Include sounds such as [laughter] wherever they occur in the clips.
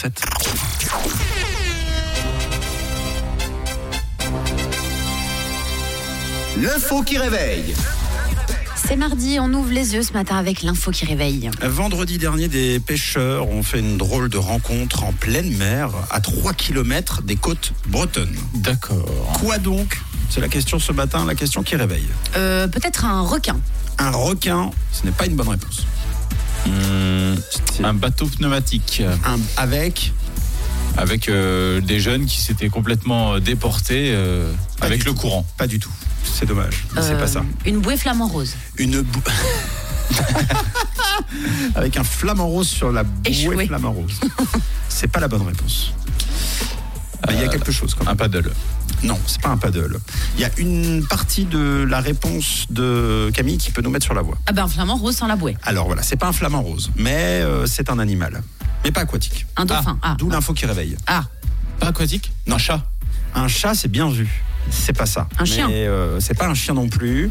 7. L'info qui réveille. C'est mardi, on ouvre les yeux ce matin avec l'info qui réveille. Vendredi dernier, des pêcheurs ont fait une drôle de rencontre en pleine mer, à 3 km des côtes bretonnes. D'accord. Quoi donc C'est la question ce matin, la question qui réveille. Euh, Peut-être un requin. Un requin, ce n'est pas une bonne réponse. C'est Un bateau pneumatique euh, un- avec avec euh, des jeunes qui s'étaient complètement euh, déportés euh, Pas avec du le tout. courant. Pas du tout. C'est dommage. mais C'est Euh, pas ça. Une bouée flamant rose. Une bou- [laughs] avec un flamant rose sur la bouée Échoué. flamant rose. C'est pas la bonne réponse. Mais Il y a quelque chose quand même. Euh, Un paddle. Non, c'est pas un paddle. Il y a une partie de la réponse de Camille qui peut nous mettre sur la voie. Ah ben un flamant rose sans la bouée. Alors voilà, c'est pas un flamant rose, mais euh, c'est un animal. Mais pas aquatique. Un dauphin. Ah. D'où l'info qui réveille. Ah. Pas aquatique Non. Un chat. Un chat, c'est bien vu. C'est pas ça. Un chien. Mais euh, c'est pas un chien non plus.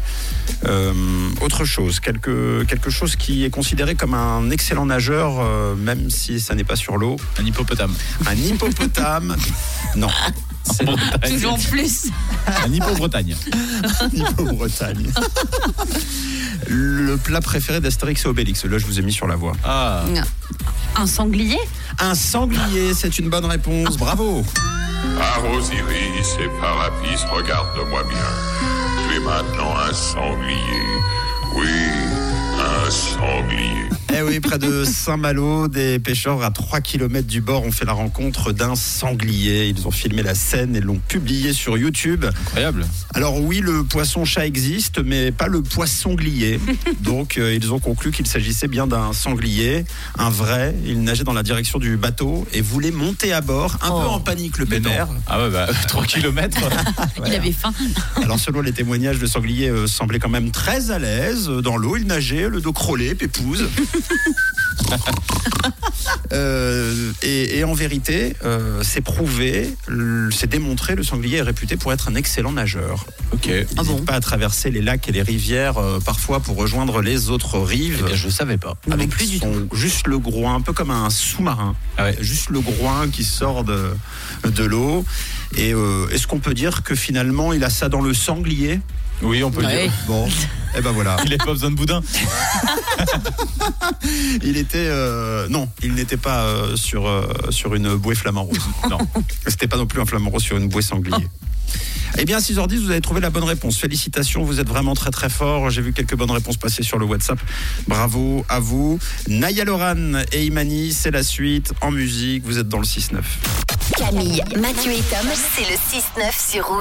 Euh, autre chose, quelque, quelque chose qui est considéré comme un excellent nageur, euh, même si ça n'est pas sur l'eau. Un hippopotame. Un hippopotame. non. C'est Toujours plus. Un [laughs] hippo-bretagne. Niveau Bretagne. Le plat préféré d'Astérix et Obélix. Là, je vous ai mis sur la voie. Ah. Un sanglier. Un sanglier, c'est une bonne réponse. Bravo. Par Osiris et Parapis, regarde-moi bien. Tu es maintenant un sanglier. Oui, un sanglier. Eh oui, près de Saint-Malo, des pêcheurs à 3 km du bord ont fait la rencontre d'un sanglier. Ils ont filmé la scène et l'ont publiée sur YouTube. Incroyable. Alors oui, le poisson chat existe, mais pas le poissonglier. Donc euh, ils ont conclu qu'il s'agissait bien d'un sanglier, un vrai. Il nageait dans la direction du bateau et voulait monter à bord, un Oh. peu en panique le pépère. Ah ouais, bah [laughs] 3 km. Il avait hein. faim. Alors selon les témoignages, le sanglier euh, semblait quand même très à l'aise. euh, Dans l'eau, il nageait, le dos [laughs] crôlé, pépouze. Euh, et, et en vérité, euh, c'est prouvé, l- c'est démontré, le sanglier est réputé pour être un excellent nageur. ok. Il Ah n'hésite bon pas à traverser les lacs et les rivières, euh, parfois pour rejoindre les autres rives. Eh je savais pas. avec son- juste le groin, un peu comme un sous-marin. Ah ouais. Juste le groin qui sort de, de l'eau. Et euh, est-ce qu'on peut dire que finalement, il a ça dans le sanglier Oui, on peut le Ouais. dire. Bon, et ben voilà. Il n'a pas besoin de boudin. Il était. euh, non, il n'était pas euh, sur, euh, sur une bouée flamant rose. Non. C'était pas non plus un flamant rose sur une bouée sanglier. Eh bien, à 6h10, vous avez trouvé la bonne réponse. Félicitations, vous êtes vraiment très très fort. J'ai vu quelques bonnes réponses passer sur le WhatsApp. Bravo à vous. Naya Loran et Imani, c'est la suite en musique. Vous êtes dans le 6-9. Camille, Mathieu et Tom, c'est le 6-9 sur Rouge.